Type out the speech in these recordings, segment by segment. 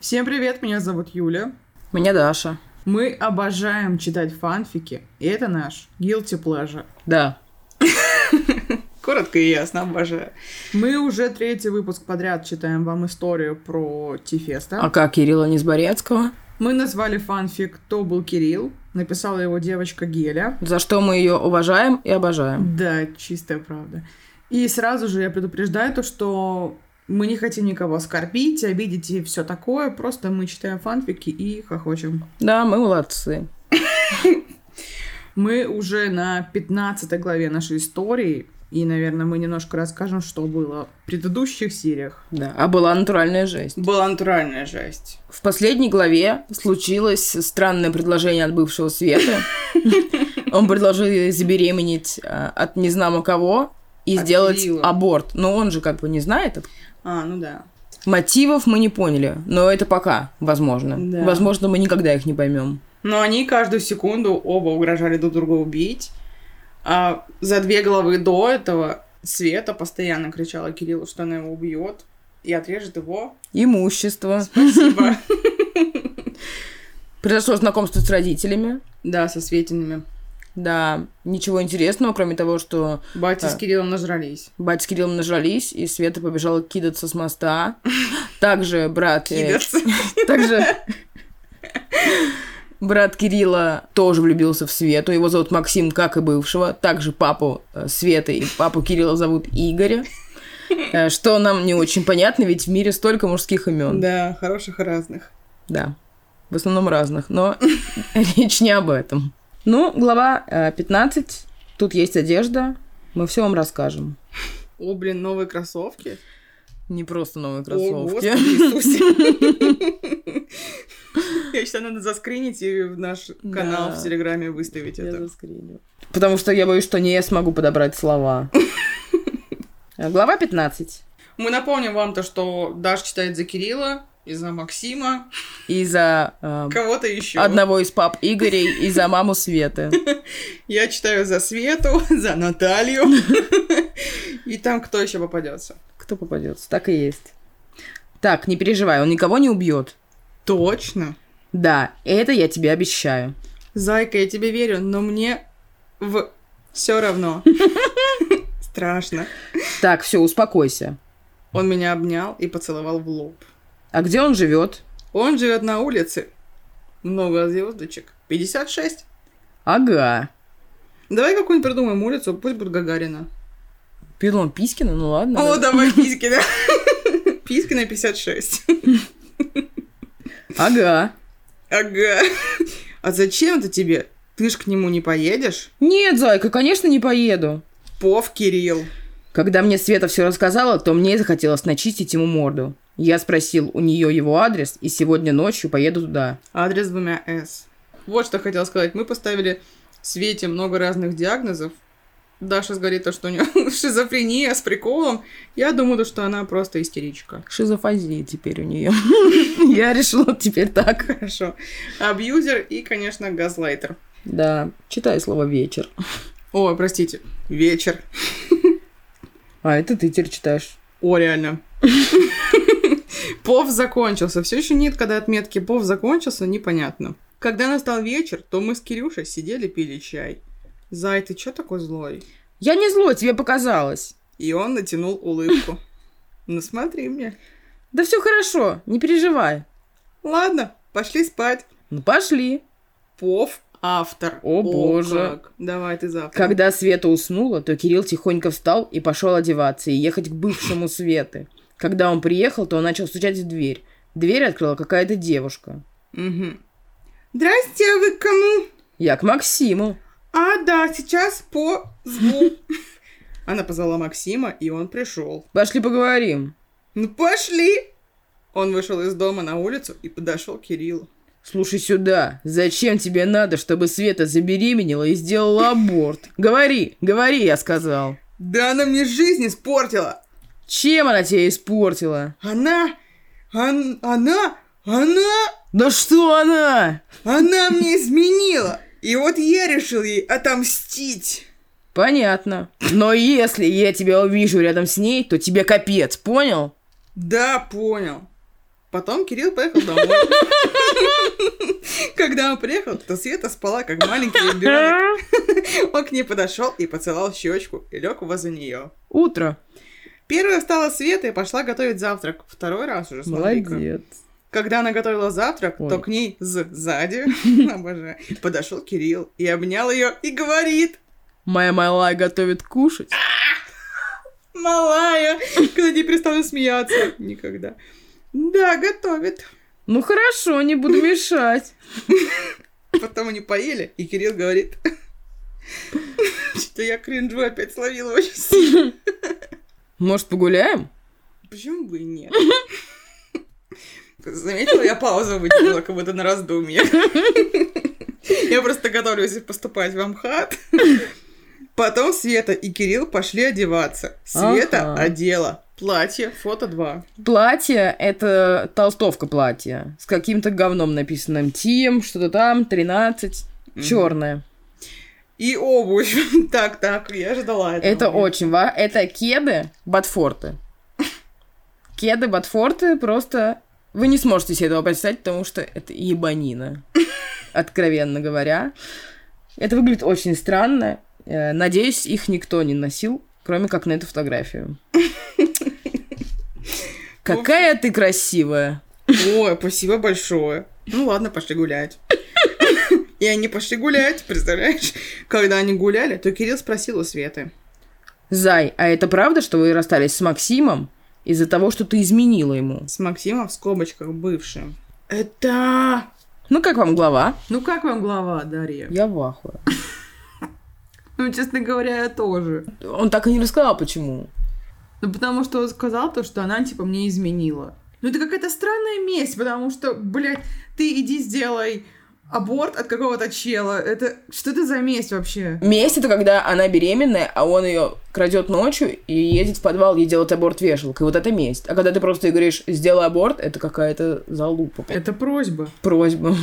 Всем привет, меня зовут Юля. Меня Даша. Мы обожаем читать фанфики, и это наш guilty pleasure. Да. Коротко и ясно, обожаю. Мы уже третий выпуск подряд читаем вам историю про А Тифеста. как Кирилла Низборецкого? Мы назвали фанфик «Кто был Кирилл?», написала его девочка Геля. За что мы ее уважаем и обожаем. Да, чистая правда. И сразу же я предупреждаю то, что мы не хотим никого оскорбить, обидеть и все такое. Просто мы читаем фанфики и хохочем. Да, мы молодцы. Мы уже на 15 главе нашей истории, и, наверное, мы немножко расскажем, что было в предыдущих сериях. Да. А была натуральная жесть. Была натуральная жесть. В последней главе случилось странное предложение от бывшего Света. Он предложил ей забеременеть а, от не знамо кого и От сделать Кирилла. аборт. Но он же как бы не знает. от- А, ну да. Мотивов мы не поняли, но это пока, возможно. Да. Возможно, мы никогда их не поймем. Но они каждую секунду оба угрожали друг друга убить. А за две головы до этого Света постоянно кричала Кириллу, что она его убьет и отрежет его. типа. Имущество. Спасибо. Произошло знакомство с родителями. Да, со Светинами. Да, ничего интересного, кроме того, что Батя с Да. Кириллом нажрались. батя с Кириллом нажались, и Света побежала кидаться с моста. Также брат... э, Кидаться. Также... Брат Кирилла тоже влюбился в Свету. Его зовут Максим, как и бывшего. Также папу э, Светы и папу Кирилла зовут Игоря. Э, Что нам не очень понятно, ведь в мире столько мужских имен. Да, хороших и разных. Да. В основном разных, но речь не об этом. Ну, глава э, 15. Тут есть одежда. Мы все вам расскажем. О, блин, новые кроссовки. Не просто новые О, кроссовки. Господи Иисусе. Я считаю, надо заскринить и в наш канал Да. в Телеграме выставить Я это. заскриню. Потому что я боюсь, что не я смогу подобрать слова. Э, Глава 15. Мы напомним вам то, что Даш читает за Кирилла, и за Максима, И за э, кого-то еще. одного из пап Игоря и за маму Светы. Я читаю за Свету, за Наталью. И там кто еще попадется. Кто попадется? Так и есть. Так, не переживай, он никого не убьет. Точно. Да, это я тебе обещаю. Зайка, я тебе верю, но мне в все равно. Страшно. Так, все, успокойся. Он меня обнял и поцеловал в лоб. А где он живет? Он живет на улице. Много звездочек. 56. Ага. Давай какую-нибудь придумаем улицу, пусть будет Гагарина. Пилон Пискина, ну ладно. О, давай Пискина. Пискина 56. Ага. Ага. А зачем это тебе? Ты ж к нему не поедешь? Нет, зайка, конечно, не поеду. Пов Кирилл. Когда мне Света все рассказала, то мне захотелось начистить ему морду. Я спросил у нее его адрес, и сегодня ночью поеду туда. Адрес с двумя С. Вот что хотела сказать. Мы поставили Свете много разных диагнозов. Даша говорит, то, что у нее шизофрения с приколом. Я думаю, то, что она просто истеричка. Шизофазия теперь у нее. Я решила теперь так. Хорошо. Абьюзер и, конечно, газлайтер. Да, читай слово «вечер». О, простите, вечер. А, это ты теперь читаешь. О, реально. Пов закончился. Все еще нет, когда отметки Пов закончился, непонятно. Когда настал вечер, то мы с Кирюшей сидели пили чай. Зай, ты чё такой злой? Я не злой, тебе показалось. И он натянул улыбку. Ну смотри мне. Да все хорошо, не переживай. Ладно, пошли спать. Ну пошли. Пов автор. О, боже. как. Давай ты завтра. Когда Света уснула, то Кирилл тихонько встал и пошел одеваться и ехать к бывшему Светы. Когда он приехал, то он начал стучать в дверь. Дверь открыла какая-то девушка. Мгм. Здрасте, а вы к кому? Я к Максиму. А, да, сейчас по зву. Она позвала Максима, и он пришел. Пошли поговорим. Ну пошли! Он вышел из дома на улицу и подошел к Кириллу. Слушай сюда, зачем тебе надо, чтобы Света забеременела и сделала аборт? Говори, говори, я сказал. Да она мне жизнь испортила! Чем она тебя испортила? Она! он- она! Она! Да что она? Она мне изменила! И вот я решил ей отомстить! Понятно. Но если я тебя увижу рядом с ней, то тебе капец, понял? Да, понял. Потом Кирилл поехал домой. Когда он приехал, то Света спала, как маленький ребенок. Он к ней подошел и поцеловал в щечку и лег возле нее. Утро. Первая встала Света и пошла готовить завтрак. Второй раз уже, смотри-ка. Молодец. Когда она готовила завтрак, то Ой. к ней з- сзади, обожаю, подошел Кирилл и обнял ее и говорит, Моя малая готовит кушать. малая, когда не перестану смеяться. Никогда. Да, готовит. Ну хорошо, не буду мешать. Потом они поели, и Кирилл говорит, что я кринжу опять словила очень сильно. Может, погуляем? Почему бы и нет? Заметила, я паузу выдержала, как будто на раздумье. Я просто готовлюсь поступать в Амхат. Потом Света и Кирилл пошли одеваться. Света Ага. одела платье, фото 2. Платье — это толстовка платья. С каким-то говном написанным. Тим, что-то там, 13. Черное. И обувь. Так, так, я ждала этого. Это очень важно. Это кеды Батфорты. Кеды Батфорты просто... Вы не сможете себе этого представить, потому что это ебанина. Откровенно говоря. Это выглядит очень странно. Э, Надеюсь, их никто не носил, кроме как на эту фотографию. Какая ты красивая. Ой, спасибо большое. Ну ладно, пошли гулять. И они пошли гулять, представляешь? Когда они гуляли, то Кирилл спросил у Светы. Зай, а это правда, что вы расстались с Максимом из-за того, что ты изменила ему? С Максимом в скобочках бывшим. Это... Ну, как вам глава? Ну как вам глава, Дарья? Я в ахуе. Ну, честно говоря, я тоже. Он так и не рассказал, почему. Ну, потому что он сказал то, что она, типа, мне изменила. Ну, это какая-то странная месть, потому что, блядь, ты иди сделай аборт от какого-то чела. Это... Что это за месть вообще? Месть это когда она беременная, а он ее крадет ночью и едет в подвал и делает аборт вешалкой. Вот это месть. А когда ты просто ей говоришь сделай аборт, это какая-то залупа. Это просьба. Просьба.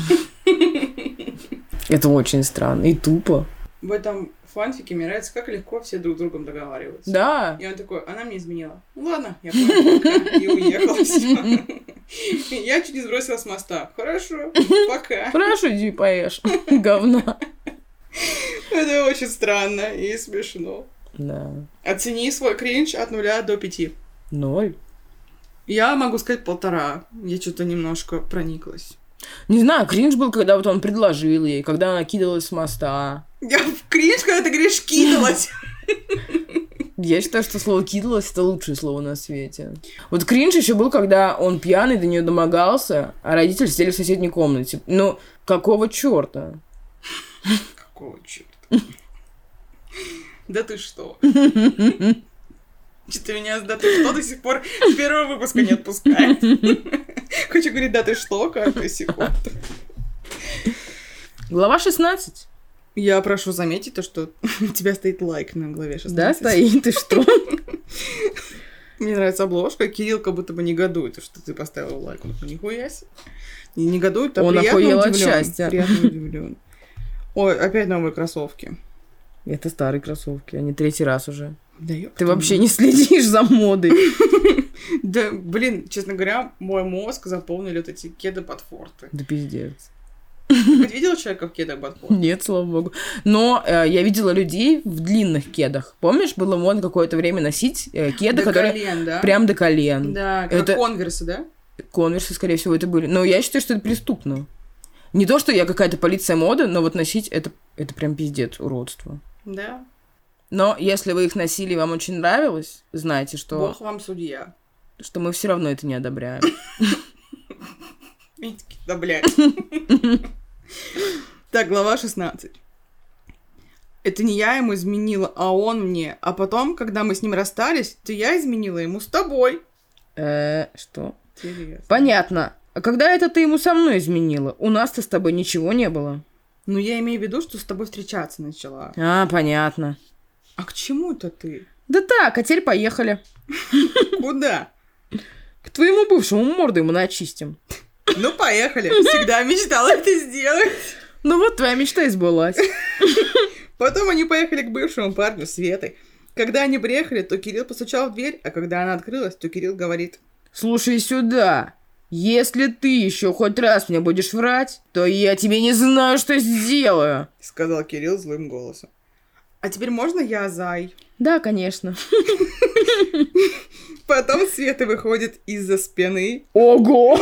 Это очень странно и тупо. В этом фанфике мне нравится, как легко все друг с другом договариваются. Да. И он такой, она мне изменила. Ну ладно, я понял. И уехал. всё. Я чуть не сбросила с моста. Хорошо, пока. Хорошо, иди поешь. Говна. Это очень странно и смешно. Да. Оцени свой кринж от нуля до пяти. Ноль. Я могу сказать полтора. Я что-то немножко прониклась. Не знаю, кринж был, когда вот он предложил ей, когда она кидалась с моста. Я в кринж, когда ты говоришь, кинулась. Я считаю, что слово «кидалось» — это лучшее слово на свете. Вот кринж еще был, когда он пьяный, до нее домогался, а родители сидели в соседней комнате. Ну, какого черта? Какого черта? Да ты что? Что-то меня с «да ты что» до сих пор с первого выпуска не отпускает. Хочу говорить «да ты что» каждую секунду. Глава 16. Я прошу заметить то, что у тебя стоит лайк на главе 16. Да, стоит, ты что? Мне нравится обложка. Кирилл как будто бы негодует, что ты поставил лайк. Он такой, Нихуя себе. Не негодует, а Он приятно охуел от удивлен. счастья. Приятно удивлен. Ой, опять новые кроссовки. Это старые кроссовки, они третий раз уже. Да ёб Ты твою вообще не следишь за модой. Да, блин, честно говоря, мой мозг заполнили вот эти кеды-подфорты. Да пиздец. Ты хоть видел человека в кедах-подфортах? Нет, слава богу. Но э, я видела людей в длинных кедах. Помнишь, было модно какое-то время носить э, кеды, До которые колен, да? прям до колен. Да, как Это- конверсы, да? конверсы, скорее всего, это были. Но я считаю, что это преступно. Не то, что я какая-то полиция моды, но вот носить это, это прям пиздец, уродство. Да. Но если вы их носили и вам очень нравилось, знайте, что, Бог вам судья. что мы все равно это не одобряем. Видите, какие- Да, блядь. Так, глава 16. Это не я ему изменила, а он мне. А потом, когда мы с ним расстались, то я изменила ему с тобой. Э, что? Интересно. Понятно. А когда это ты ему со мной изменила? У нас-то с тобой ничего не было. Ну, я имею в виду, что с тобой встречаться начала. А, понятно. А к чему это ты? Да так, а теперь поехали. Куда? К твоему бывшему морду ему начистим. Ну, поехали. Всегда мечтала это сделать. Ну вот твоя мечта и сбылась. Потом они поехали к бывшему парню Светой. Когда они приехали, то Кирилл постучал в дверь, а когда она открылась, то Кирилл говорит, Слушай сюда. Если ты еще хоть раз мне будешь врать, то я тебе не знаю, что сделаю. Сказал Кирилл злым голосом. А теперь можно я зай? Да, конечно. Потом Света выходит из-за спины Ого!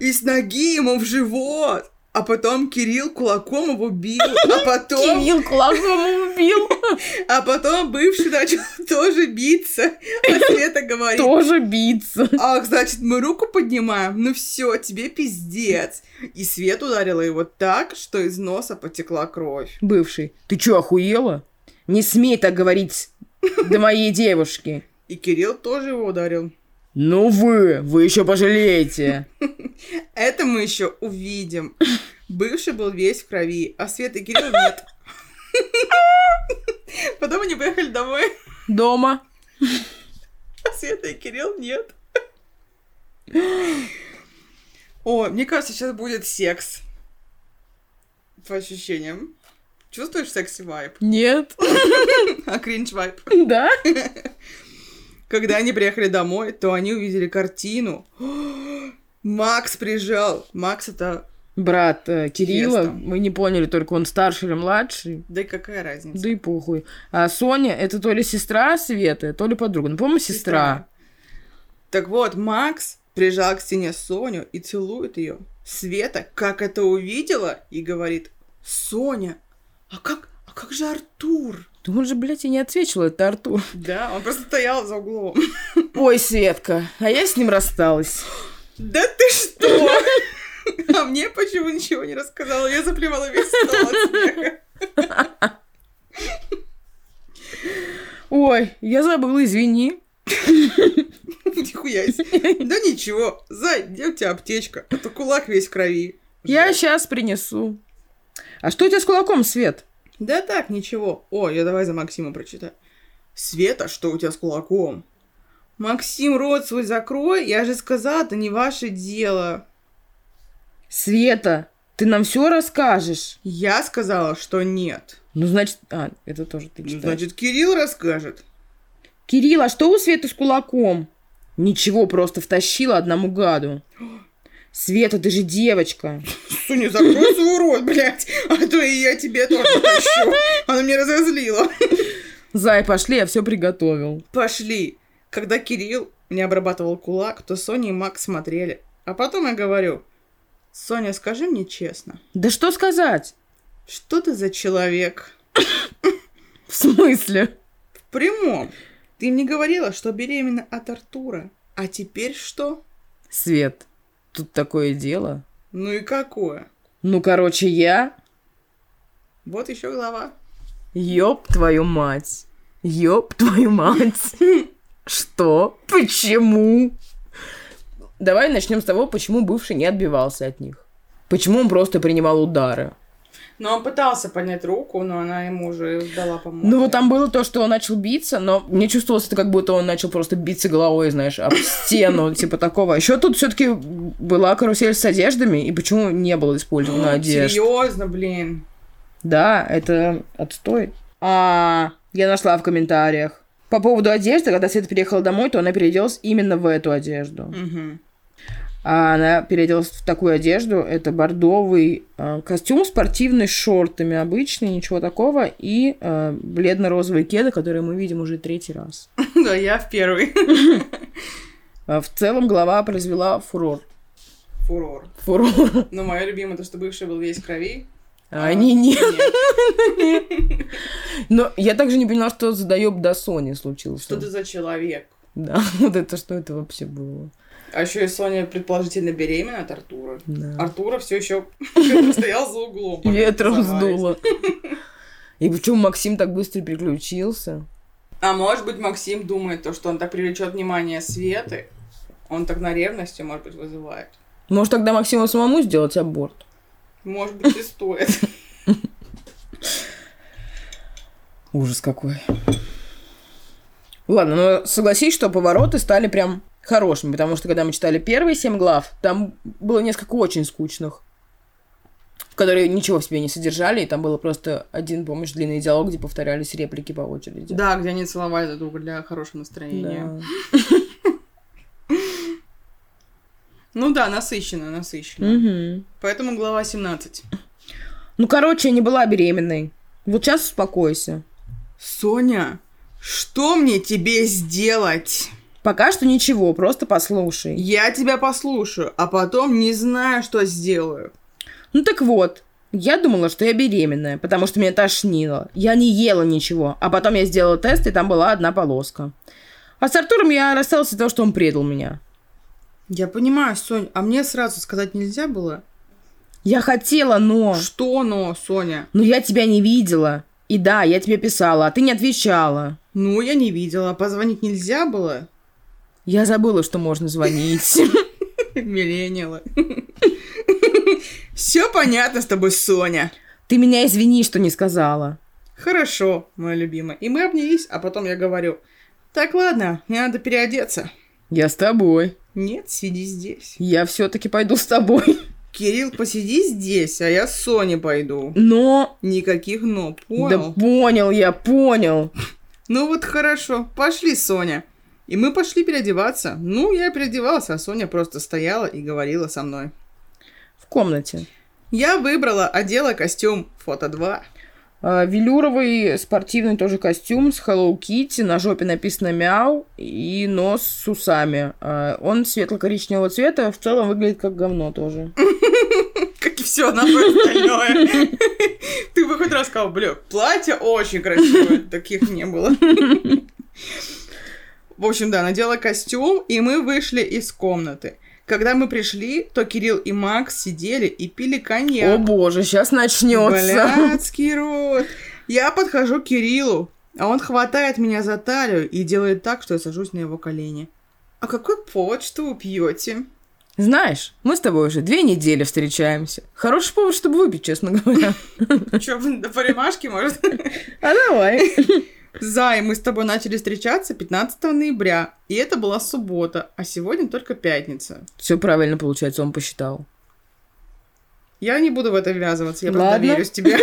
и с ноги ему в живот. А потом Кирилл кулаком его бил, а потом... Кирилл кулаком убил. А потом бывший начал тоже биться. А Света говорит, Тоже биться. ах, значит, мы руку поднимаем? Ну все, тебе пиздец. И Свет ударила его так, что из носа потекла кровь. Бывший. Ты чё, охуела? Не смей так говорить до моей девушки. И Кирилл тоже его ударил. Ну вы, вы еще пожалеете. Это мы еще увидим. Бывший был весь в крови, а Свет и Кирилл нет. Потом они поехали домой, Дома. а Света и Кирилл нет. О, мне кажется, сейчас будет секс. По ощущениям. Чувствуешь секси-вайб? Нет. А кринж-вайб? Да? Когда они приехали домой, то они увидели картину. Макс прижал. Макс это... Брат э, Кирилла, Интересно. мы не поняли, только он старший или младший. Да и какая разница? Да и похуй. А Соня, это то ли сестра Светы, то ли подруга. Ну, по-моему, сестра. Так вот, Макс прижал к стене Соню и целует ее. Света, как это увидела, и говорит, Соня, а как, а как же Артур? Да он же, блядь, и не отсвечивал, это Артур. Да, он просто стоял за углом. Ой, Светка, а я с ним рассталась. Да ты что? А мне почему ничего не рассказала? Я заплевала весь стол от смеха. Ой, я забыла, извини. Нихуя себе. Да ничего. Зай, где у тебя аптечка? А то кулак весь в крови. Я сейчас принесу. А что у тебя с кулаком, Свет? Да так, ничего. О, я давай за Максима прочитаю. Света, что у тебя с кулаком? Максим, рот свой закрой, я же сказала, это не ваше дело. Света, ты нам все расскажешь? Я сказала, что нет. Ну, значит... А, это тоже ты Ну, читаешь. значит, Кирилл расскажет. Кирилл, а что у Светы с кулаком? Ничего, просто втащила одному гаду. Света, ты же девочка. Суня, закрой свой рот, блядь, а то и я тебе тоже тащу. Она меня разозлила. Зай, пошли, я все приготовил. Пошли. Когда Кирилл мне обрабатывал кулак, то Соня и Макс смотрели. А потом я говорю, Соня, скажи мне честно, Да что сказать? что ты за человек? В смысле? В прямом. Ты мне говорила, что беременна от Артура. А теперь что? Свет, тут такое дело. Ну и какое? Ну, короче, я... Вот еще глава. Ёб твою мать. Ёб твою мать. Что? Почему? Давай начнем с того, почему бывший не отбивался от них. Почему он просто принимал удары. Ну, он пытался поднять руку, но она ему уже дала помочь. Ну, вот там было то, что он начал биться, но мне чувствовалось, это как будто он начал просто биться головой, знаешь, об стену, типа такого. Еще тут все-таки была карусель с одеждами, и почему не было использовано Типа, одежды? Серьезно, Ну, блин. Да, это отстой. А, я нашла в комментариях. По поводу одежды, когда Света переехала домой, то она переоделась именно в эту одежду. Мгм. А она переоделась в такую одежду. Это бордовый э, костюм спортивный с шортами обычный, ничего такого. И э, бледно-розовые кеды, которые мы видим уже третий раз. Да, я в первый. А В целом глава произвела фурор. Фурор. Фурор. Но мое любимое, то, что бывший был весь в крови. А Они не... Нет. Но я также не поняла, что задаёб до Сони случилось. Что ты за человек? Да, вот это что это вообще было. А еще и Соня предположительно беременна от Артура. Да. Артура все еще стоял за углом. пока Ветром тусовались. сдуло. И почему Максим так быстро переключился? А может быть, Максим думает, то, что он так привлечет внимание Светы, он так на ревности, может быть, вызывает. Может, тогда Максиму самому сделать аборт? Может быть, и стоит. Ужас какой. Ладно, но согласись, что повороты стали прям хорошими, потому что когда мы читали первые семь глав, там было несколько очень скучных, которые ничего в себе не содержали, и там было просто один, помнишь, длинный диалог, где повторялись реплики по очереди. Да, где они целовали друг друга для хорошего Да. настроения. Ну да, насыщенно, насыщенно. Мгм. Поэтому глава 17. Ну, короче, я не была беременной. Вот сейчас успокойся. Соня, что мне тебе сделать? Пока что ничего, просто послушай. Я тебя послушаю, а потом не знаю, что сделаю. Ну так вот, я думала, что я беременная, потому что меня тошнило. Я не ела ничего, а потом я сделала тест, и там была одна полоска. А с Артуром я рассталась из-за того, что он предал меня. Я понимаю, Соня, а мне сразу сказать нельзя было? Я хотела, но... Что но, Соня? Но я тебя не видела. И да, я тебе писала, а ты не отвечала. Ну, я не видела, а позвонить нельзя было? Я забыла, что можно звонить. Миллениала. Все понятно с тобой, Соня. Ты меня извини, что не сказала. Хорошо, моя любимая. И мы обнялись, а потом я говорю. Так, ладно, мне надо переодеться. Я с тобой. Нет, сиди здесь. Я все-таки пойду с тобой. Кирилл, посиди здесь, а я с Соней пойду. Но... Никаких но, Да понял? понял я, понял. Ну вот хорошо, пошли, Соня. И мы пошли переодеваться. Ну, я переодевалась, а Соня просто стояла и говорила со мной. В комнате. Я выбрала, одела костюм фото 2. А, Велюровый спортивный тоже костюм с Hello Kitty, на жопе написано «Мяу» и нос с усами. А, Он светло-коричневого цвета, в целом выглядит как говно тоже. Как и все на остальное. Ты бы хоть раз сказал, бля, платье очень красивое. Таких не было. В общем, да, надела костюм, и мы вышли из комнаты. Когда мы пришли, то Кирилл и Макс сидели и пили О коньяк. боже, сейчас начнется. Блядский рот. Я подхожу к Кириллу, а он хватает меня за талию и делает так, что я сажусь на его колени. А какой повод, что вы пьете? Знаешь, мы с тобой уже две недели встречаемся. Хороший повод, чтобы выпить, честно говоря. Че, до паримашки, может? А давай. Зай, мы с тобой начали встречаться 15 ноября, и это была суббота, а сегодня только пятница. Все правильно получается, он посчитал. Я не буду в это ввязываться, я просто Ладно. доверюсь тебе.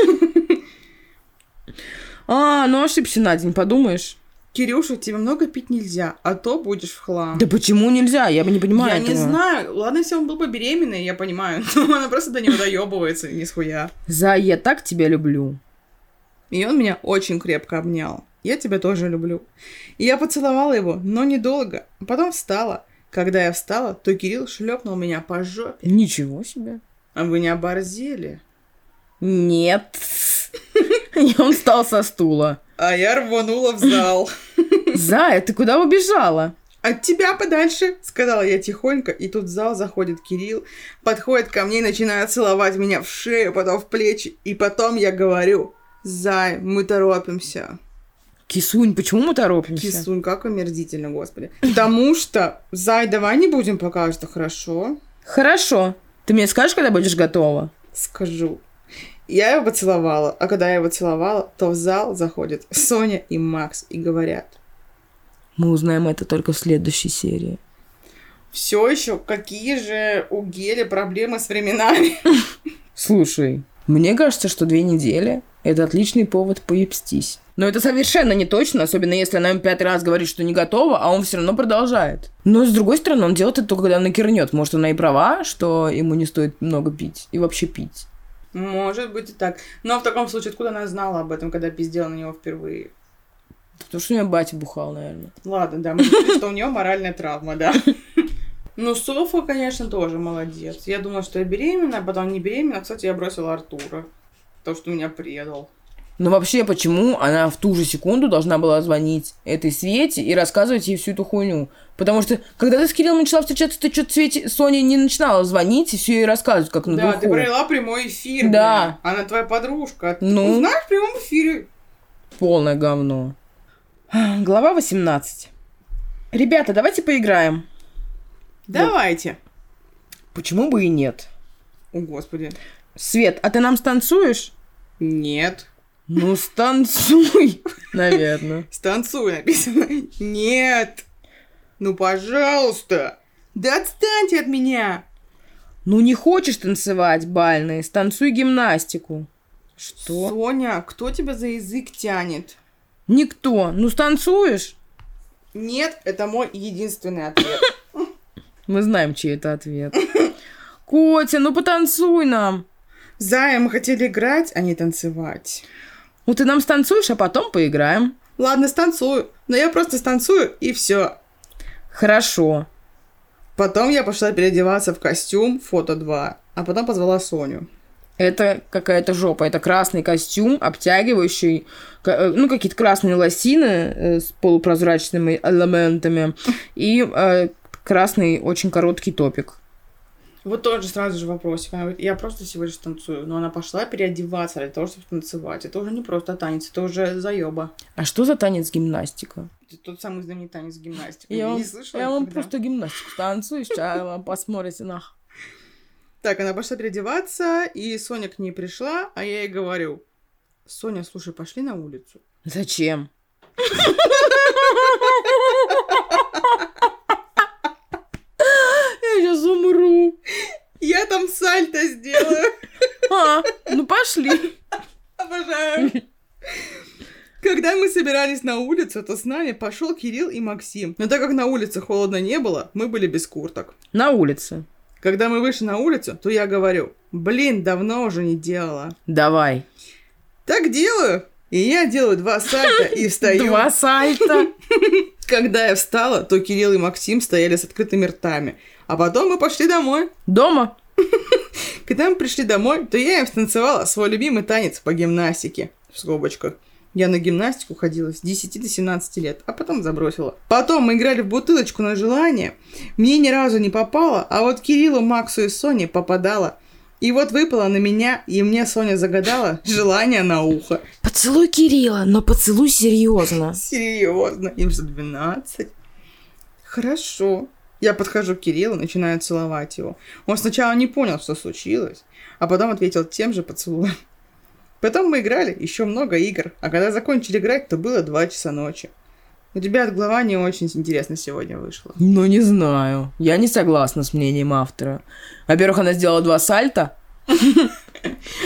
А, ну ошибся на день, подумаешь. Кирюша, тебе много пить нельзя, а то будешь в хлам. Да почему нельзя? Я бы не понимаю я не этого. знаю. Ладно, если он был бы беременный, я понимаю. Но она просто до него доебывается, ни с хуя. За я так тебя люблю. И он меня очень крепко обнял. Я тебя тоже люблю. И я поцеловала его, но недолго. Потом встала. Когда я встала, то Кирилл шлепнул меня по жопе. Ничего себе. А вы не оборзели? Нет. И он встал со стула. А я рванула в зал. Зая, ты куда убежала? От тебя подальше, сказала я тихонько, и тут в зал заходит Кирилл, подходит ко мне и начинает целовать меня в шею, потом в плечи, и потом я говорю, Зай, мы торопимся. Кисунь, почему мы торопимся? Кисунь, как омерзительно, господи. Потому что, Зай, давай не будем пока что, хорошо? Хорошо. Ты мне скажешь, когда будешь готова? Скажу. Я его поцеловала, а когда я его целовала, то в зал заходят Соня и Макс и говорят, Мы узнаем это только в следующей серии. все еще какие же у Гели проблемы с временами. Слушай, мне кажется, что две недели – это отличный повод поебстись. Но это совершенно не точно, особенно если она им пятый раз говорит, что не готова, а он все равно продолжает. Но, с другой стороны, он делает это только, когда она кернет. Может, она и права, что ему не стоит много пить и вообще пить. Может быть и так. Но в таком случае, откуда она знала об этом, когда пиздела на него впервые? Потому что у меня батя бухал, наверное. Ладно, да, мы говорим, что у нее моральная травма, да. Ну, Софа, конечно, тоже молодец. Я думала, что я беременна, а потом не беременна. Кстати, я бросила Артура. То, что меня предал. Но вообще, почему она в ту же секунду должна была звонить этой Свете и рассказывать ей всю эту хуйню? Потому что, когда ты с Кириллом начала встречаться, ты что-то Свете, Соня не начинала звонить и все ей рассказывать, как на да, духу. ты провела прямой эфир. Да. блин. Она твоя подружка. а Ты Ну. узнаешь в прямом эфире. Полное говно. Глава 18. Ребята, давайте поиграем. Давайте. Почему бы и нет? О, господи. Свет, а ты нам станцуешь? Нет. Ну, станцуй, наверное. Станцуй написано. Нет. Ну, пожалуйста. Да отстаньте от меня. Ну, не хочешь танцевать бальные, станцуй гимнастику. Что? Соня, кто тебя за язык тянет? Никто. Ну, станцуешь? Нет, это мой единственный ответ. Мы знаем, чей это ответ. Котя, ну потанцуй нам. Зая, мы хотели играть, а не танцевать. Ну ты нам станцуешь, а потом поиграем. Ладно, станцую. Но я просто станцую, и все. Хорошо. Потом я пошла переодеваться в костюм, фото 2. А потом позвала Соню. Это какая-то жопа. Это красный костюм, обтягивающий, ка- э, ну, какие-то красные лосины э, с полупрозрачными элементами и э, красный очень короткий топик. Вот тоже сразу же вопросик. Она говорит, я просто всего лишь танцую. Но она пошла переодеваться для того, чтобы танцевать. Это уже не просто танец, это уже заеба. А что за танец гимнастика? Это тот самый знаменитый танец гимнастики. Я Вы вам- не слышала Я вам никогда? просто гимнастику танцую, сейчас вам посмотрите на... Так, она пошла переодеваться, и Соня к ней пришла, а я ей говорю, Соня, слушай, пошли на улицу. Зачем? Я сейчас умру. Я там сальто сделаю. А, ну пошли. Обожаю. Когда мы собирались на улицу, то с нами пошел Кирилл и Максим. Но так как на улице холодно не было, мы были без курток. На улице. Когда мы вышли на улицу, то я говорю, блин, давно уже не делала. Давай. Так делаю. И я делаю два сальта и встаю. Два сальта. Когда я встала, то Кирилл и Максим стояли с открытыми ртами. А потом мы пошли домой. Дома. Когда мы пришли домой, то я им станцевала свой любимый танец по гимнастике. В скобочках. Я на гимнастику ходила с 10 до 17 лет, а потом забросила. Потом мы играли в бутылочку на желание. Мне ни разу не попало, а вот Кириллу, Максу и Соне попадало. И вот выпало на меня, и мне Соня загадала желание на ухо. Поцелуй Кирилла, но поцелуй серьезно. Серьезно, им же 12. Хорошо. Я подхожу к Кириллу, начинаю целовать его. Он сначала не понял, что случилось, а потом ответил тем же поцелуем. Потом мы играли еще много игр, а когда закончили играть, то было 2 часа ночи. У тебя глава не очень интересно сегодня вышла. Ну, не знаю. Я не согласна с мнением автора. Во-первых, она сделала два сальта.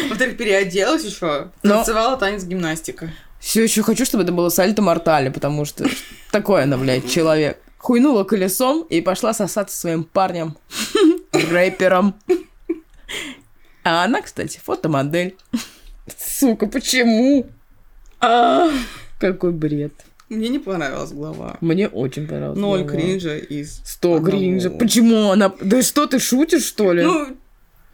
Во-вторых, переоделась еще, Но- танцевала танец гимнастика. Все еще хочу, чтобы это было сальто мортале, потому что такое она, блядь, человек. Хуйнула колесом и пошла сосаться со своим парнем. Рэпером. А она, кстати, фотомодель. Сука, почему? А, Какой бред. Мне не понравилась глава. Мне очень понравилось. Ноль Ну, кринжа из... Сто Одного. кринжа. Почему она... Да что, ты шутишь, что ли? Ну,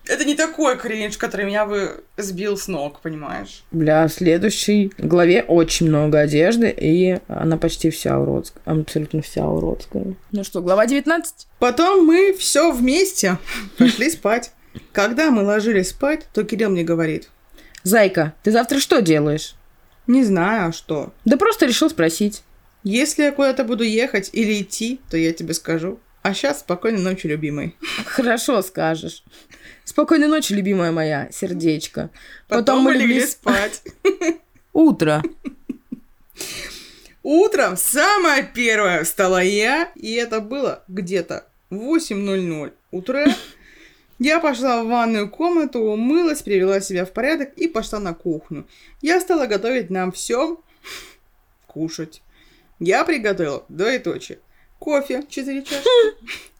это не такой кринж, который меня бы сбил с ног, понимаешь? Бля, в следующей главе очень много одежды, и она почти вся уродская. Абсолютно вся уродская. Ну что, глава 19? Потом мы все вместе пошли спать. Когда мы ложились спать, то Кирилл мне говорит, Зайка, ты завтра что делаешь? не знаю, а что. Да просто решил спросить. Если я куда-то буду ехать или идти, то я тебе скажу. А сейчас спокойной ночи, любимый. Хорошо скажешь. Спокойной ночи, любимая моя, сердечко. Потом мы легли спать. Утро. Утром самое первое встала я, и это было где-то 8.00 утра. Я пошла в ванную комнату, умылась, привела себя в порядок и пошла на кухню. Я стала готовить нам все кушать. Я приготовила двоеточие. Кофе 4 чашки,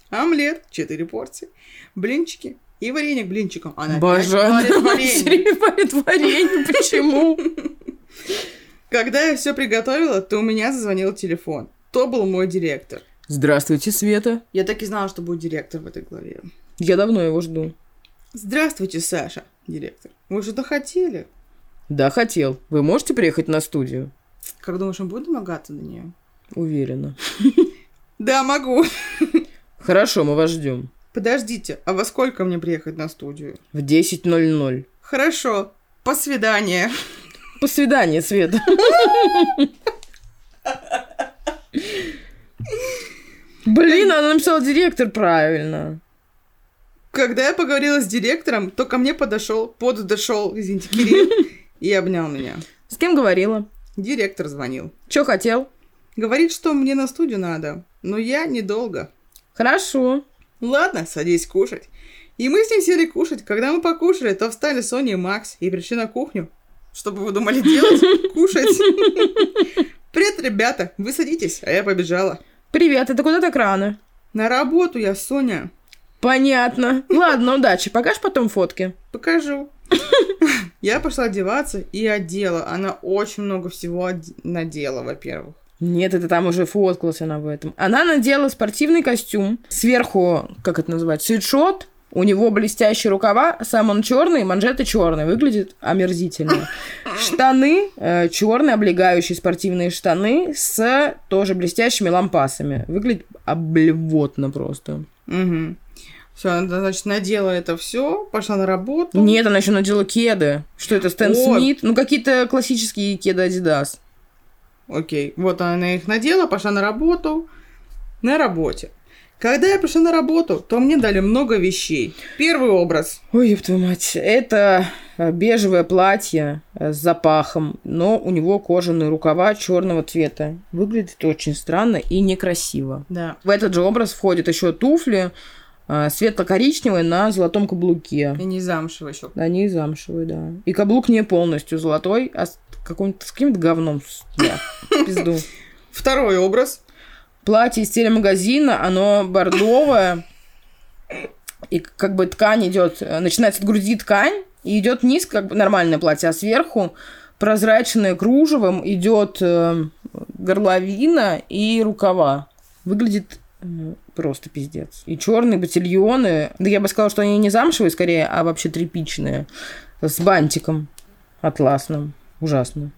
омлет 4 порции, блинчики и вареник блинчиком. Она опять Обожаю. варит варенье. Варит варенье. Почему? Когда я все приготовила, то у меня зазвонил телефон. То был мой директор. Здравствуйте, Света. Я так и знала, что будет директор в этой главе. Я давно его жду. Здравствуйте, Саша, директор. Вы что-то хотели? Да, хотел. Вы можете приехать на студию? Как думаешь, он будет домогаться до нее? Уверена. Да, могу. Хорошо, мы вас ждем. Подождите, а во сколько мне приехать на студию? В 10.00. Хорошо, по свидания. По свидания, Света. Блин, она написала директор правильно. Когда я поговорила с директором, то ко мне подошел, подошел, извините, Кирилл и обнял меня. С кем говорила? Директор звонил. Че хотел? Говорит, что мне на студию надо, но я недолго. Хорошо. Ну Ладно, садись кушать. И мы с ним сели кушать. Когда мы покушали, то встали Соня и Макс и пришли на кухню. Что бы вы думали делать? Кушать. Привет, ребята, вы садитесь, а я побежала. Привет, это куда так рано? На работу я, Соня. Понятно. Ладно, ну, удачи. Покажешь потом фотки? Покажу. Я пошла одеваться и одела. Она очень много всего од- надела, во-первых. Нет, это там уже фоткалась она в этом. Она надела спортивный костюм. Сверху, как это называется, свитшот. У него блестящие рукава, сам он черный, манжеты черные, выглядит омерзительно. Штаны черные, облегающие спортивные штаны с тоже блестящими лампасами. Выглядит облевотно просто. Угу. Все, она, значит, надела это все, пошла на работу. Нет, она еще надела кеды. Что это, Стэн О. Смит? Ну, какие-то классические кеды Адидас. Окей, вот она их надела, пошла на работу. На работе. Когда я пришла на работу, то мне дали много вещей. Первый образ. Ой, ёб твою мать. Это э, бежевое платье э, с запахом, но у него кожаные рукава черного цвета. Выглядит очень странно и некрасиво. Да. В этот же образ входят еще туфли э, светло-коричневые на золотом каблуке. И не замшево еще. Они замшевые, да. И каблук не полностью золотой, а с, каким-то, с каким-то говном. с- Да, пизду. Второй образ. Платье из телемагазина, оно бордовое. И как бы ткань идет, э, начинается от груди ткань, и идет вниз, как бы нормальное платье, а сверху прозрачное кружевом идет э, горловина и рукава. Выглядит э, просто пиздец. И черные ботильоны. Да я бы сказала, что они не замшевые скорее, а вообще тряпичные. С бантиком атласным. Ужасно.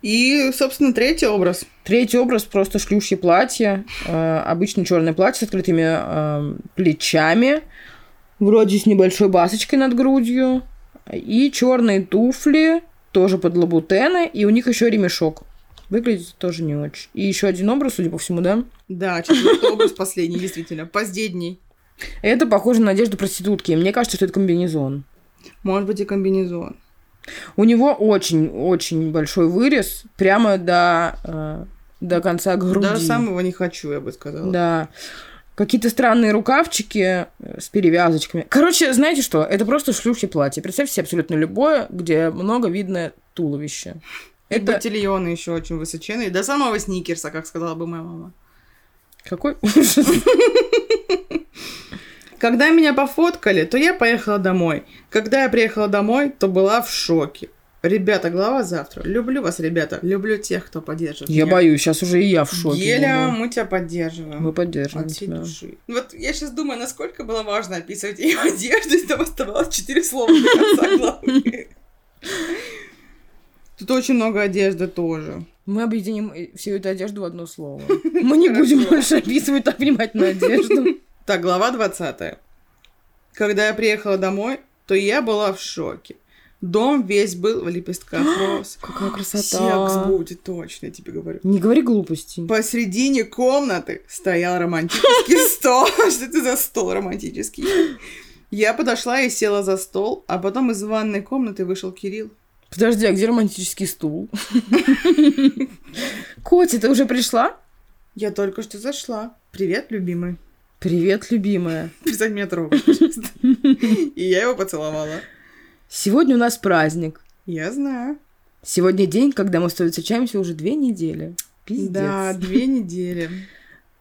И, собственно, третий образ. Третий образ просто шлющее платье. Э, обычно черное платье с открытыми э, плечами. Вроде с небольшой басочкой над грудью. И черные туфли, тоже под лабутены. И у них еще ремешок. Выглядит тоже не очень. И еще один образ, судя по всему, да? Да, четвертый образ последний, действительно. Поздний. Это похоже на одежду проститутки. Мне кажется, что это комбинезон. Может быть, и комбинезон. У него очень-очень большой вырез. Прямо до, э, до конца груди. Даже самого не хочу, я бы сказала. Да. Какие-то странные рукавчики э, с перевязочками. Короче, знаете что? Это просто шлюхи платье. Представьте себе абсолютно любое, где много видно туловище. Это... Это Ботильоны еще очень высоченные. До самого сникерса, как сказала бы моя мама. какой ужас. Когда меня пофоткали, то я поехала домой. Когда я приехала домой, то была в шоке. Ребята, глава завтра. Люблю вас, ребята. Люблю тех, кто поддержит. Я боюсь, сейчас уже и я в шоке. Геля, буду. мы тебя поддерживаем. Мы поддержим От всей тебя. души. Вот я сейчас думаю, насколько было важно описывать ее одежду, если там оставалось четыре слова до конца главы. Тут очень много одежды тоже. Мы объединим э, всю эту одежду в одно слово. Мы не будем больше описывать так внимательно одежду. Так, глава 20. Когда я приехала домой, то я была в шоке. Дом весь был в лепестках роз. Какая Секс красота. будет, точно, я тебе говорю. Не говори глупостей. Посредине комнаты стоял романтический стол. Что это за стол романтический? Я подошла и села за стол, а потом из ванной комнаты вышел Кирилл. Подожди, а где романтический стул? Котя, ты уже пришла? Я только что зашла. Привет, любимый. Привет, любимая. Перестань меня трогать, пожалуйста. И я его поцеловала. Сегодня у нас праздник. Я знаю. Сегодня день, когда мы с тобой встречаемся уже две недели. Пиздец. Да, две недели.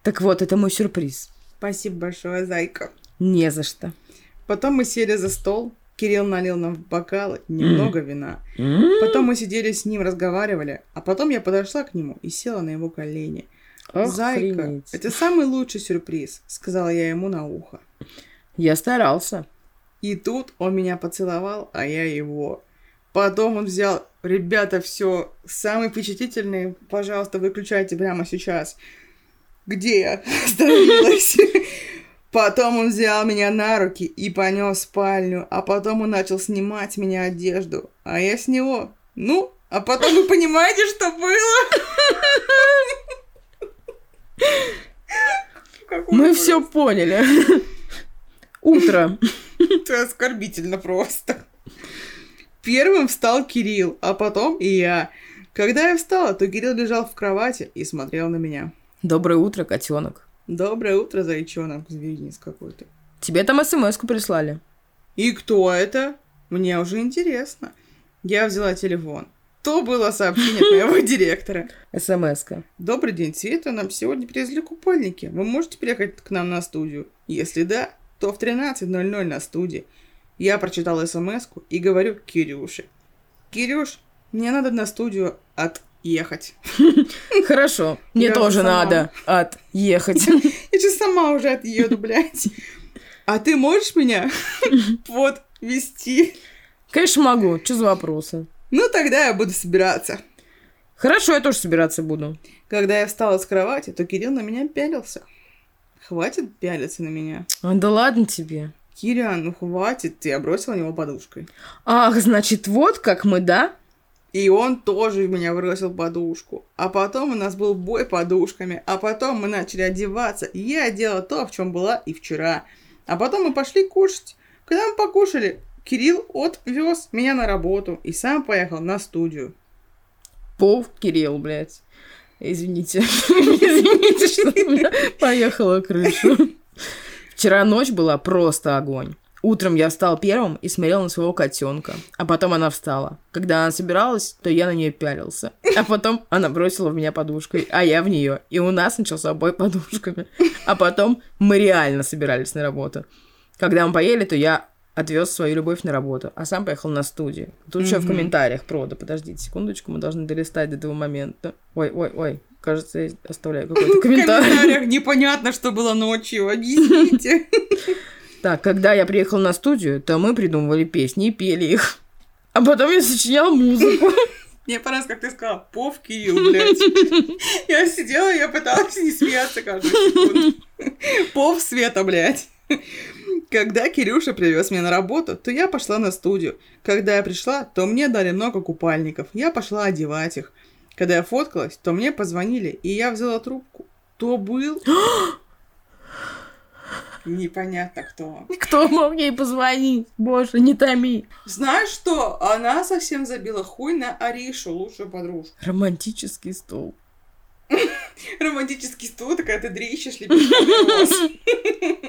Так вот, это мой сюрприз. Спасибо большое, зайка. Не за что. Потом мы сели за стол. Кирилл налил нам в бокалы немного вина. Потом мы сидели с ним, разговаривали, а потом я подошла к нему и села на его колени. «Зайка, Охренеть. это самый лучший сюрприз», — сказала я ему на ухо. Я старался. И тут он меня поцеловал, а я его. Потом он взял, ребята, все, самые впечатлительные, пожалуйста, выключайте прямо сейчас. Где я остановилась? Потом он взял меня на руки и понес в спальню, а потом он начал снимать с меня одежду, а я с него. Ну, а потом вы понимаете, что было? Какой Мы ужас. все поняли. Утро. Это оскорбительно просто. Первым встал Кирилл, а потом и я. Когда я встала, то Кирилл лежал в кровати и смотрел на меня. Доброе утро, котенок. Доброе утро, зайчонок, зверинец какой-то. Тебе там смс-ку прислали. И кто это? Мне уже интересно. Я взяла телефон. То было сообщение от моего директора. СМС-ка. Добрый день, Света. Нам сегодня привезли купальники. Вы можете приехать к нам на студию? Если да, то в 13.00 на студии. Я прочитала смс и говорю Кирюше. Кирюш, мне надо на студию отъехать. Хорошо, мне Я тоже сама. надо отъехать. Я же сама уже отъеду, блядь. А ты можешь меня подвести? Конечно, могу. Что за вопросы? Ну, тогда я буду собираться. Хорошо, я тоже собираться буду. Когда я встала с кровати, то Кирилл на меня пялился. Хватит пялиться на меня. А, Да ладно тебе. Кириан, ну хватит, ты бросила него подушкой. Ах, значит, вот как мы, да? И он тоже в меня бросил подушку. А потом у нас был бой подушками. А потом мы начали одеваться. И я одела то, в чем была и вчера. А потом мы пошли кушать. Когда мы покушали, Кирилл отвез меня на работу и сам поехал на студию. Пов Кирилл, блядь. Извините. Извините, что у меня поехала крыша. Вчера ночь была просто огонь. Утром я встал первым и смотрел на своего котенка. А потом она встала. Когда она собиралась, то я на нее пялился. А потом она бросила в меня подушкой, а я в нее. И у нас начался бой подушками. А потом мы реально собирались на работу. Когда мы поели, то я отвез свою любовь на работу, а сам поехал на студию. Тут еще в Мгм. комментариях прода. Подождите секундочку, мы должны долистать до этого момента. Ой, ой, ой. Кажется, я оставляю какой-то В комментарий. комментариях непонятно, что было ночью. Объясните. Так, когда я приехал на студию, то мы придумывали песни и пели их. А потом я сочинял музыку. Мне понравилось, как ты сказала, пов Кирилл, блядь. Я сидела, я пыталась не смеяться каждую секунду. Пов Света, блядь. Когда Кирюша привез меня на работу, то я пошла на студию. Когда я пришла, то мне дали много купальников. Я пошла одевать их. Когда я фоткалась, то мне позвонили, и я взяла трубку. То был... Непонятно кто. Кто мог ей позвонить? Боже, не томи. Знаешь что? Она совсем забила хуй на Аришу, лучшую подружку. Романтический стол. Романтический стул, такая ты дрищешь, лепишь волос.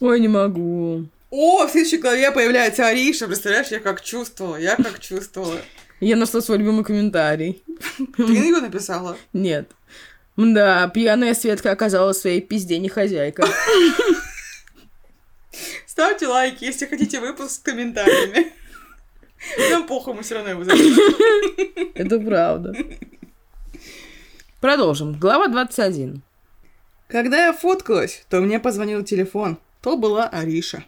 Ой, не могу. О, в следующей главе появляется Ариша, представляешь, я как чувствовала, я как чувствовала. Я нашла свой любимый комментарий. Ты ее написала? Нет. Да, пьяная Светка оказалась в своей пизде не хозяйка. Ставьте лайки, если хотите выпуск с комментариями. Нам похуй, мы все равно его запишем. Это правда. Продолжим. Глава 21. Когда я фоткалась, то мне позвонил телефон. То была Ариша.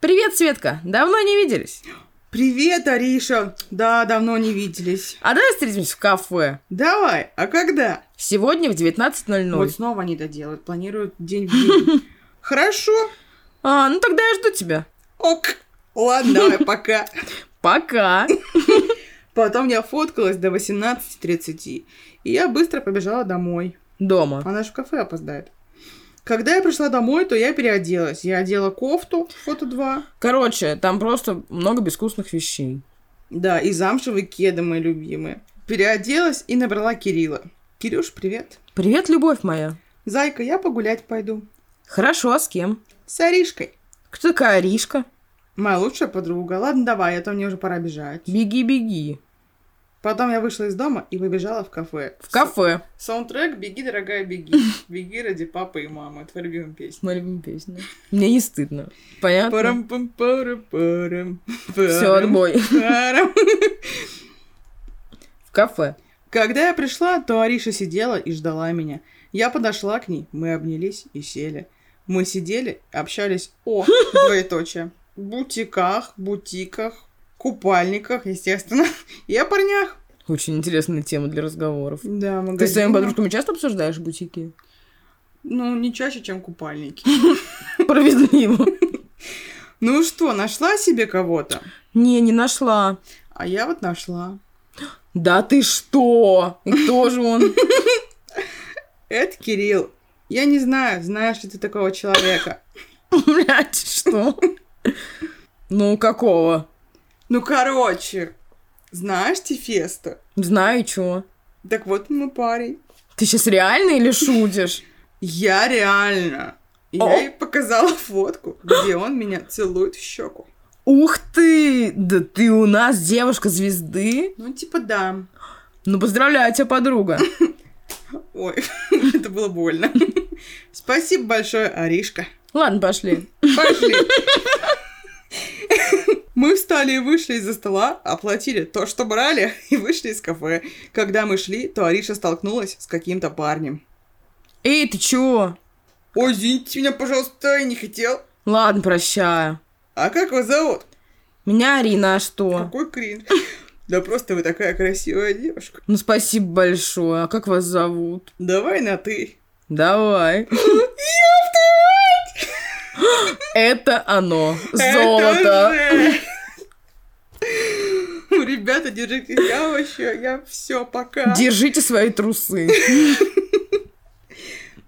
Привет, Светка. Давно не виделись. Привет, Ариша. Да, давно не виделись. А давай встретимся в кафе. Давай, а когда? Сегодня в 19.00. Вот снова они доделают, планируют день в день. Хорошо. А, ну тогда я жду тебя. Ок. Ладно, давай, пока. Пока. Потом я фоткалась до 18.30, и я быстро побежала домой. Дома. Она же в кафе опоздает. Когда я пришла домой, то я переоделась. Я одела кофту, фото 2. Короче, там просто много безвкусных вещей. Да, и замшевые кеды мои любимые. Переоделась и набрала Кирилла. Кирюш, привет. Привет, любовь моя. Зайка, я погулять пойду. Хорошо, а с кем? С Аришкой. Кто такая Аришка? Моя лучшая подруга. Ладно, давай, а то мне уже пора бежать. Беги, беги. Потом я вышла из дома и побежала в кафе. В кафе. Саундтрек «Беги, дорогая, беги». Беги ради папы и мамы. Твоя любимая песня. Моя любимая песня. Мне не стыдно. Понятно? парам пам парам парам Все, отбой. В кафе. Когда я пришла, то Ариша сидела и ждала меня. Я подошла к ней, мы обнялись и сели. Мы сидели, общались о двоеточие. Бутиках, бутиках, купальниках, естественно, и о парнях. Очень интересная тема для разговоров. Да, Ты с своими магазинах. подружками часто обсуждаешь бутики? Ну, не чаще, чем купальники. Справедливо. Ну что, нашла себе кого-то? Не, не нашла. А я вот нашла. Да ты что? И кто же он? Это Кирилл. Я не знаю, знаешь ли ты такого человека. Блять, что? Ну, какого? Ну, короче, знаешь Тефеста? Знаю, чего. Так вот мы парень. Ты сейчас реально или шутишь? Я реально. Я О. ей показала фотку, где он меня целует в щеку. Ух ты! Да ты у нас девушка звезды. Ну, типа, да. Ну, поздравляю тебя, подруга. Ой, это было больно. Спасибо большое, Аришка. Ладно, пошли. Пошли. Мы встали и вышли из-за стола, оплатили то, что брали, и вышли из кафе. Когда мы шли, то Ариша столкнулась с каким-то парнем. Эй, ты чего? Ой, извините меня, пожалуйста, я не хотел. Ладно, прощаю. А как вас зовут? Меня Арина, а что? Какой крин. Да просто вы такая красивая девушка. Ну, спасибо большое. А как вас зовут? Давай на ты. Давай. Это оно. Это Золото. же. Ну, Ребята, держитесь, я вообще, я все, пока. Держите свои трусы.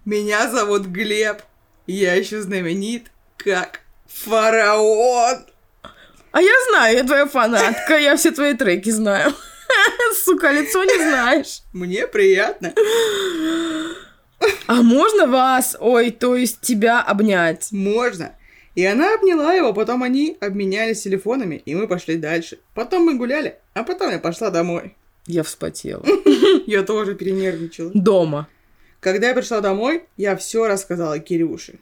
Меня зовут Глеб. Я еще знаменит как фараон. А я знаю, я твоя фанатка, я все твои треки знаю. Сука, лицо не знаешь. Мне приятно. А можно вас, ой, то есть тебя обнять? Можно. И она обняла его, потом они обменялись телефонами, и мы пошли дальше. Потом мы гуляли, а потом я пошла домой. Я вспотела. Я тоже перенервничала. Дома. Когда я пришла домой, я все рассказала Кирюше.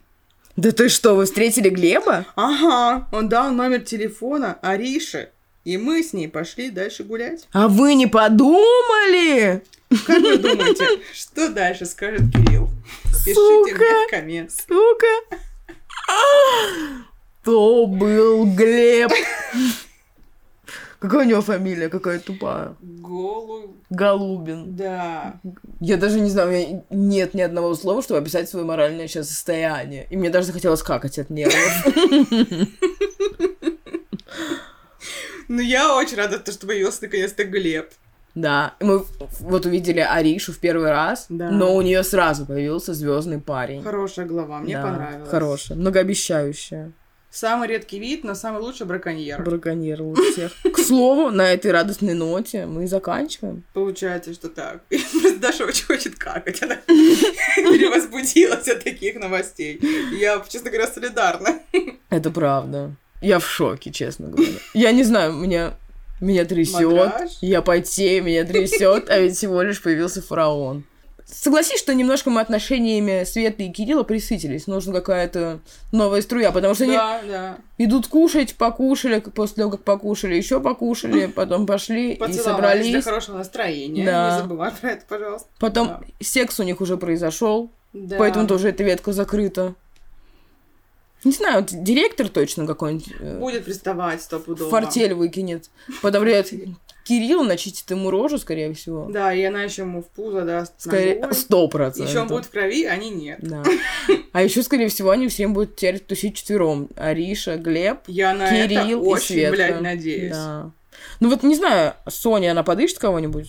Да ты что, вы встретили Глеба? Ага, он дал номер телефона Ариши, и мы с ней пошли дальше гулять. А вы не подумали? Как вы думаете, что дальше скажет Кирилл? Пишите мне в Сука. коммент. Сука. А, То был Глеб. Какая у него фамилия, какая тупая. Голу... Голубин. Да. Я даже не знаю, у меня нет ни одного слова, чтобы описать свое моральное сейчас состояние. И мне даже захотелось какать от нервов. Ну, я очень рада, то, что появился наконец-то Глеб. Да, мы вот увидели Аришу в первый раз, Да. но у нее сразу появился звездный парень. Хорошая глава, мне Да, понравилась. Хорошая, многообещающая. Самый редкий вид, но самый лучший браконьер. Браконьер лучше всех. К слову, на этой радостной ноте мы и заканчиваем. Получается, что так. Просто Даша очень хочет какать. Она перевозбудилась от таких новостей. Я, честно говоря, солидарна. Это правда. Я в шоке, честно говоря. Я не знаю, меня, меня Мандраж? трясет. Я потею, меня трясет, а ведь всего лишь появился фараон. Согласись, что немножко мы отношениями Светы и Кирилла присытились. Нужна какая-то новая струя, потому что они Да, да. идут кушать, покушали, как- после того, как покушали, еще покушали, потом пошли и Поцеловались для собрались. хорошего настроения. Да. Не забывай про это, пожалуйста. Потом Да. секс у них уже произошел, Да. поэтому тоже эта ветка закрыта. Не знаю, вот директор точно какой-нибудь. э, Будет приставать стопудово. фортель выкинет. Подавляет Кирилл, начистит ему рожу, скорее всего. Да, и она еще ему в пузо даст Скорее, сто процентов. Еще он будет в крови, а они нет. Да. А еще, скорее всего, они всем будут теперь тусить четвером. Ариша, Глеб, Я на это Кирилл и очень, Светка. блядь, надеюсь. Да. Ну вот не знаю, Соня, она подыщет кого-нибудь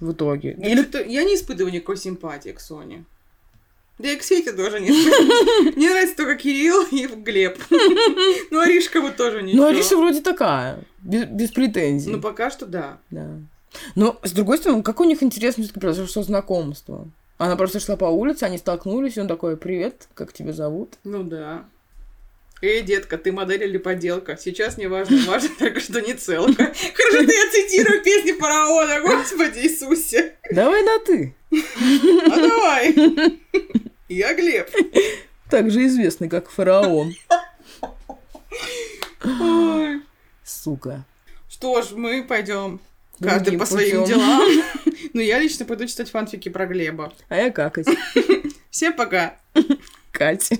в итоге? Да Или чё-то Я не испытываю никакой симпатии к Соне. Да и к Свете тоже не испытываю. Мне нравится только Кирилл и Глеб. Ну, Аришка вот тоже не Ну, Ариша вроде такая, без, без претензий. Ну, пока что да. Да. Но, с другой стороны, как у них интересно все-таки произошло знакомство. Она просто шла по улице, они столкнулись, и он такой, привет, как тебя зовут? Ну да. Эй, детка, ты модель или поделка? Сейчас не важно, важно только, что не целка. Хорошо, ты я цитирую песни фараона, господи Иисусе. Давай на ты. А давай. Я Глеб. также известный как фараон. Ой. Сука. Что ж, мы пойдем Другим каждый по своим путём. делам. Но я лично пойду читать фанфики про Глеба. А я какать. Всем пока! Катя.